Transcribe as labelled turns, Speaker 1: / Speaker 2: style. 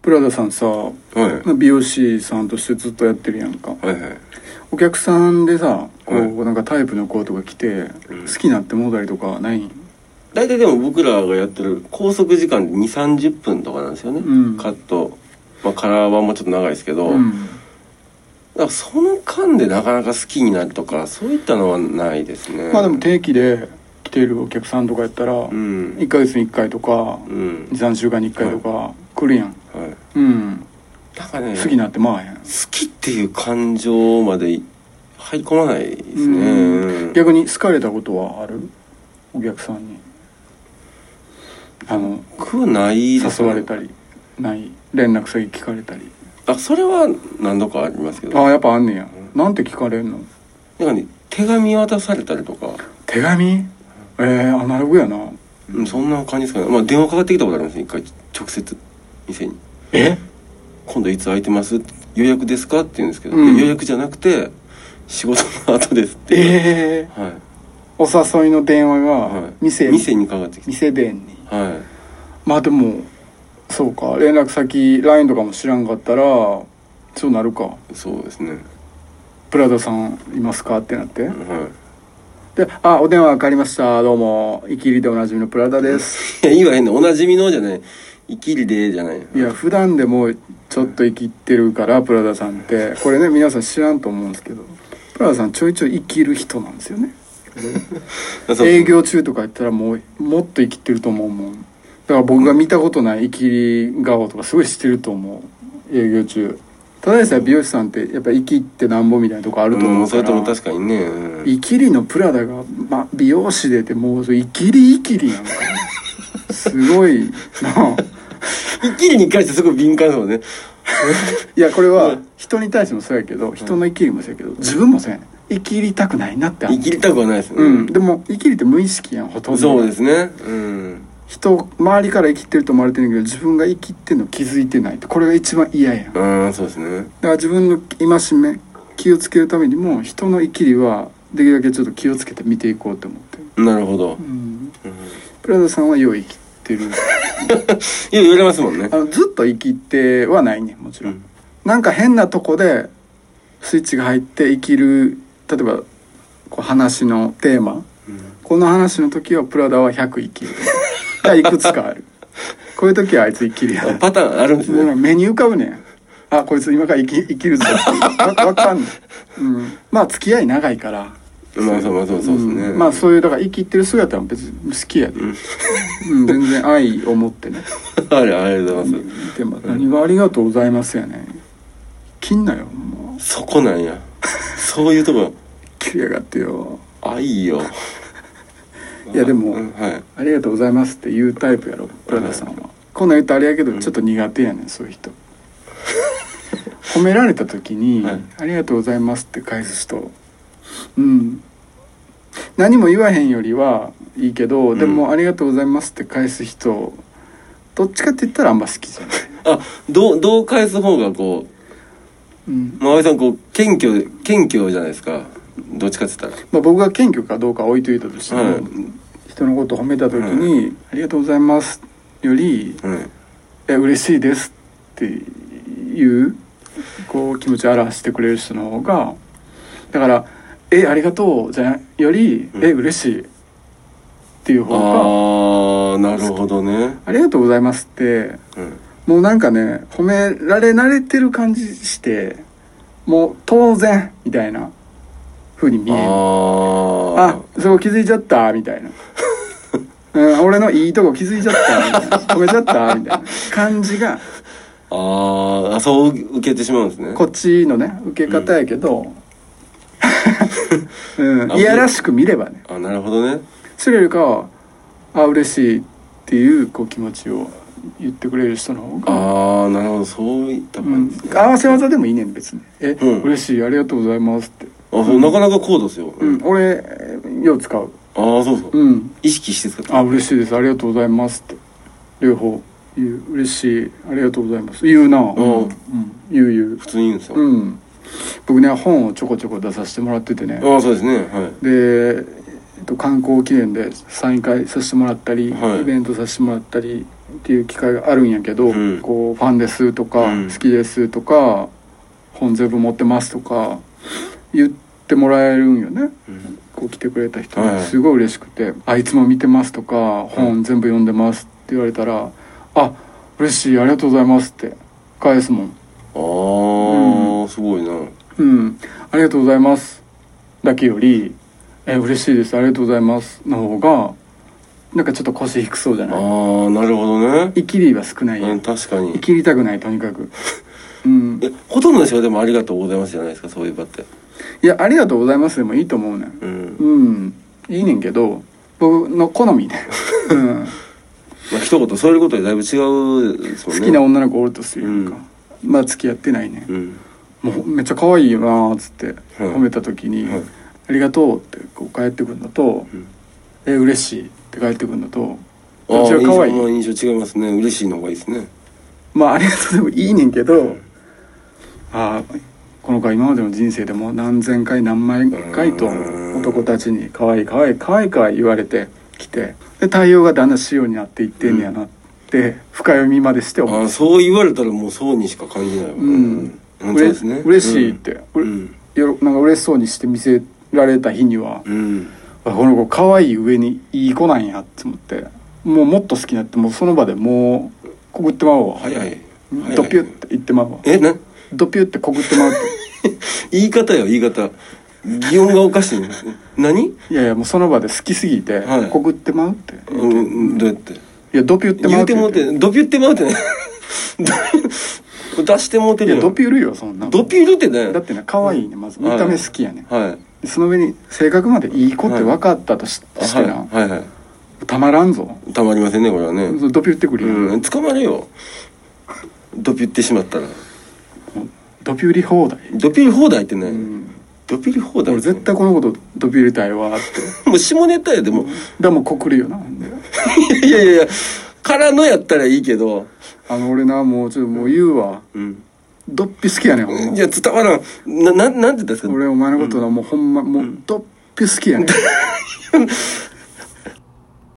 Speaker 1: プラダさんさ、
Speaker 2: はい
Speaker 1: まあ美容師さんとしてずっとやってるやんか。
Speaker 2: はいはい
Speaker 1: お客さんでさ、こ、
Speaker 2: はいう
Speaker 1: なんかタイプの子とか来て、好きになってもうたりとかないん
Speaker 2: 大体でも僕らがやってる拘束時間で2三3 0分とかなんですよね、
Speaker 1: うん
Speaker 2: カット、まあ、カラーはもうちょっと長いですけど、
Speaker 1: う
Speaker 2: だ
Speaker 1: ん。
Speaker 2: からその間でなかなか好きになるとかそういったのはないですね
Speaker 1: まあでも定期で来てるお客さんとかやったら、
Speaker 2: うん
Speaker 1: 1ヶ月に1回とか、
Speaker 2: うん
Speaker 1: 2、3週間に1回とか来るやん。
Speaker 2: はい
Speaker 1: うん。
Speaker 2: なんかね
Speaker 1: 好きになってまあへん。
Speaker 2: 好きっていう感情まで入り込まないですね、
Speaker 1: うん逆に好かれたことはあるお客さんにあの
Speaker 2: 僕はないです
Speaker 1: 誘われたりない連絡先聞かれたり
Speaker 2: あそれは何度かありますけど
Speaker 1: ああやっぱあんねや、なんて聞かれんの
Speaker 2: なんかね手紙渡されたりとか、
Speaker 1: 手紙えー、アナログやな
Speaker 2: うん、そんな感じですかね、まあ、電話かかってきたことありますね一回直接店に
Speaker 1: え
Speaker 2: 「今度いつ空いてます?」予約ですか?」って言うんですけど、
Speaker 1: うん
Speaker 2: 予約じゃなくて「仕事の後です」っていう、
Speaker 1: えー、
Speaker 2: はい
Speaker 1: お誘いの電話
Speaker 2: は
Speaker 1: が
Speaker 2: い、
Speaker 1: 店に、
Speaker 2: 店にかかってきて
Speaker 1: 店弁に
Speaker 2: は
Speaker 1: まあでもそうか連絡先 LINE とかも知らんかったらそうなるか
Speaker 2: いそうですね
Speaker 1: 「プラダさんいますか?」ってなって、
Speaker 2: は
Speaker 1: で、あ、お電話かかりました。どうも、イキリでおなじみのプラダです。
Speaker 2: いいや言わへんのおなじみのじゃない「いきりで」じゃない
Speaker 1: いや、普段でもちょっとイキってるから、プラダさんって。これね、皆さん知らんと思うんですけど、プラダさんちょいちょいイキる人なんですよね。
Speaker 2: そう
Speaker 1: 営業中とか言ったらもう、もっとイキってると思うもん。だから僕が見たことないイキり顔とかすごい知ってると思う。営業中。ただでさえ美容師さんって、やっぱイキってなんぼみたいなとこあると
Speaker 2: う、
Speaker 1: 思うん
Speaker 2: そ
Speaker 1: か
Speaker 2: れ
Speaker 1: ら。
Speaker 2: とも確かにね、うん
Speaker 1: イキリのプラダが、まあ、美容師でってもうイキリイキリやんかすごいなあ
Speaker 2: 一気に一回してすごい敏感ですもんね。
Speaker 1: いやこれは人に対してもそうやけど人のイキリもそうやけど自分もそうやねんイキりたくないなってあん
Speaker 2: 言
Speaker 1: の
Speaker 2: い切りたくはないですね。
Speaker 1: うん、でもイキリって無意識やんほとんど
Speaker 2: そうですね。うん。
Speaker 1: 人周りからイキってると思われてるけど自分がイキってんの気づいてないってこれが一番嫌やんだか
Speaker 2: うん、そうですね。
Speaker 1: ら自分の戒め気をつけるためにも人のイキリはできるだけちょっと気をつけて見ていこうと思ってる
Speaker 2: なるほ
Speaker 1: う
Speaker 2: ど。
Speaker 1: んプラダさんはようイキってる
Speaker 2: いや、言われますもんね
Speaker 1: あ。のずっと生きてはないねもちろん、
Speaker 2: うん
Speaker 1: なんか変なとこでスイッチが入って生きる例えばこう話のテーマこの話の時はプラダは100生きるがいくつかあるこういう時はあいつ生きるや
Speaker 2: あ
Speaker 1: ん
Speaker 2: パターンあるんですね。
Speaker 1: 目に浮かぶねんあこいつ今から生き生きるぞってわわかんない、うん、まあ付き合い長いから
Speaker 2: まあ、そう、まあ、そう、そうですね。
Speaker 1: うんまあそういうだから生きてる姿は別に好きやで、うん、全然愛を持ってね
Speaker 2: あれ、ありがとうございま
Speaker 1: でも何がありがとうございますやね切んなよもう
Speaker 2: す。そこなんや。そういうとこ。
Speaker 1: 切りやがってよ
Speaker 2: あ、いいよ。
Speaker 1: いやでも、
Speaker 2: うんはい。
Speaker 1: ありがとうございますって言うタイプやろプラダさんは、こんなん言ったらあれやけどちょっと苦手やねんそういう人褒められた時に、
Speaker 2: はい
Speaker 1: ありがとうございます」って返す人うん何も言わへんよりはいいけど、で
Speaker 2: う
Speaker 1: も「
Speaker 2: ん
Speaker 1: ありがとうございます」って返す人どっちかって言ったらあんま好きじゃない、
Speaker 2: あ、どう、どう返す方が、こ
Speaker 1: うん
Speaker 2: う、まあ、葵さん、こう、謙虚、謙虚じゃないですか。どっちかって言ったら。
Speaker 1: まあ、僕が謙虚かどうかは置いといたとしても、
Speaker 2: はい
Speaker 1: 人のことを褒めた時に「ありがとうございます」より
Speaker 2: うん。
Speaker 1: 「え嬉しいです」っていうこう気持ちを表してくれる人の方がだから「えありがとう」じゃより「
Speaker 2: うん
Speaker 1: え嬉しい」っていう方が
Speaker 2: ああ、なるほどね。
Speaker 1: 「ありがとうございます」って
Speaker 2: うん。
Speaker 1: もうなんかね褒められ慣れてる感じしてもう当然みたいな風に見える。
Speaker 2: あ
Speaker 1: あそこ気づいちゃったみ たいな、うん、俺のいいとこ気づいちゃったみたいな止めちゃったみたいな感じが
Speaker 2: あーあそう受けてしまうんですね
Speaker 1: こっちのね受け方やけど、うんいやらしく見ればね
Speaker 2: あなるほどね
Speaker 1: それよりかはあ嬉しいっていうこう気持ちを言ってくれる人の方が、
Speaker 2: ああなるほどそういった
Speaker 1: う
Speaker 2: 感
Speaker 1: ん
Speaker 2: じですね、、
Speaker 1: 合わせ技でもいいねん別に「え、
Speaker 2: うん
Speaker 1: 嬉しいありがとうございます」って、
Speaker 2: あそうなかなか高度ですよ、
Speaker 1: うん、俺よう使う
Speaker 2: ああそうそう、
Speaker 1: うん
Speaker 2: 意識して使った
Speaker 1: あ嬉しいですありがとうございますって両方言う嬉しいありがとうございます言うな
Speaker 2: うん
Speaker 1: 言う言う
Speaker 2: 普通に言うんですよ、
Speaker 1: うん僕ね本をちょこちょこ出させてもらっててね
Speaker 2: ああそうですねはい
Speaker 1: で、えっと、観光記念でサイン会させてもらったり、
Speaker 2: はい
Speaker 1: イベントさせてもらったりっていう機会があるんやけど、
Speaker 2: うん
Speaker 1: こうファンですとか、
Speaker 2: うん
Speaker 1: 好きですとか本全部持ってますとか言ってもらえるんよね
Speaker 2: うん
Speaker 1: こう来てくれた人
Speaker 2: はい
Speaker 1: すごい嬉しくて「あいつも見てます」とか「本全部読んでます」って言われたら「あ嬉しいありがとうございます」って返すもん
Speaker 2: あー、
Speaker 1: う
Speaker 2: すごいな
Speaker 1: うん、ありがとうございますだけより、え、嬉しいです、ありがとうございますの方が、なんかちょっと腰低そうじゃ
Speaker 2: あ
Speaker 1: ない
Speaker 2: ーなるほどね
Speaker 1: イキリは少ないや
Speaker 2: うん
Speaker 1: ん。
Speaker 2: 確かに
Speaker 1: イキりたくない、とにかく。うん。
Speaker 2: えほとんどの人がでもありがとうございますじゃないですかそういう場って
Speaker 1: いや、ありがとうございますでもいいと思うねん。
Speaker 2: うん
Speaker 1: うん。いいねんけど、僕の好み ね。うん。
Speaker 2: まあ一言そういうことでだいぶ違うですも
Speaker 1: 好
Speaker 2: んね
Speaker 1: きな女の子おるとするやんか。まあ付き合ってないね。
Speaker 2: うん
Speaker 1: もうめっちゃ可愛いよなーっつって
Speaker 2: うん
Speaker 1: 褒めた時に
Speaker 2: はい
Speaker 1: 「ありがとう」ってこう返ってくるのと
Speaker 2: うん
Speaker 1: 「え嬉しい」って返ってくるのと
Speaker 2: あ
Speaker 1: どっち
Speaker 2: ー
Speaker 1: が可愛い
Speaker 2: 印象まあ印象違いますね嬉しいの方がいいですね
Speaker 1: まあありがとうでもいいねんけどああこの子は今までの人生でもう何千回何万回と
Speaker 2: うん
Speaker 1: 男たちに可愛い可愛い可愛い可愛い言われてきてで対応がだんだん仕様になっていってんねやなって深読みまでして
Speaker 2: あ
Speaker 1: 思う
Speaker 2: ーそう言われたらもうそうにしか感じないわ
Speaker 1: うん
Speaker 2: 本当ですね
Speaker 1: うれ嬉しいって
Speaker 2: う
Speaker 1: う
Speaker 2: んう
Speaker 1: れ
Speaker 2: ん
Speaker 1: よろなんか嬉しそうにして見せられた日には
Speaker 2: うん
Speaker 1: あこの子可愛い上にいい子なんやって思ってもうもっと好きになってもうその場でもうこぐってまうわ
Speaker 2: 早い早い
Speaker 1: ドピュって言ってまうわ
Speaker 2: えな
Speaker 1: ドピュってこぐってまうって
Speaker 2: 言い方よ言い方擬音がおかしいね何
Speaker 1: いやいやもうその場で好きすぎて、
Speaker 2: はい
Speaker 1: こぐってまうって
Speaker 2: うんどうやって
Speaker 1: いやドピュってま
Speaker 2: 言
Speaker 1: う
Speaker 2: うてもうてドピュっても うてね出してもうて
Speaker 1: い
Speaker 2: る
Speaker 1: や
Speaker 2: やん
Speaker 1: ドピュるよそんな
Speaker 2: ドピュルってね
Speaker 1: だってね可愛いねまず見
Speaker 2: はい
Speaker 1: た目好きやね、
Speaker 2: はい
Speaker 1: でその上に性格までいい子って分かったとし,、
Speaker 2: あ
Speaker 1: してな、
Speaker 2: はいはいは
Speaker 1: たまらんぞ
Speaker 2: いたまりませんねこれはね
Speaker 1: そうドピュってくるよ、
Speaker 2: うん捕まるよドピュってしまったら
Speaker 1: ドピュり放題、
Speaker 2: ドピュリ放題ってね、
Speaker 1: うん、
Speaker 2: ドピュリ放題
Speaker 1: 俺
Speaker 2: ってね
Speaker 1: 絶対このことドピュりたいわーって
Speaker 2: もう下ネタや でもう
Speaker 1: だからもうこくるよなほんで
Speaker 2: いやいやいやからのやったらいいけど
Speaker 1: あの俺なもうちょっともう言うわ
Speaker 2: うん
Speaker 1: ドッピ好きやねんほんま
Speaker 2: いや伝わらんなななんて言ったんですか
Speaker 1: 俺お前のことなもうほんまもうドッピ好きやねん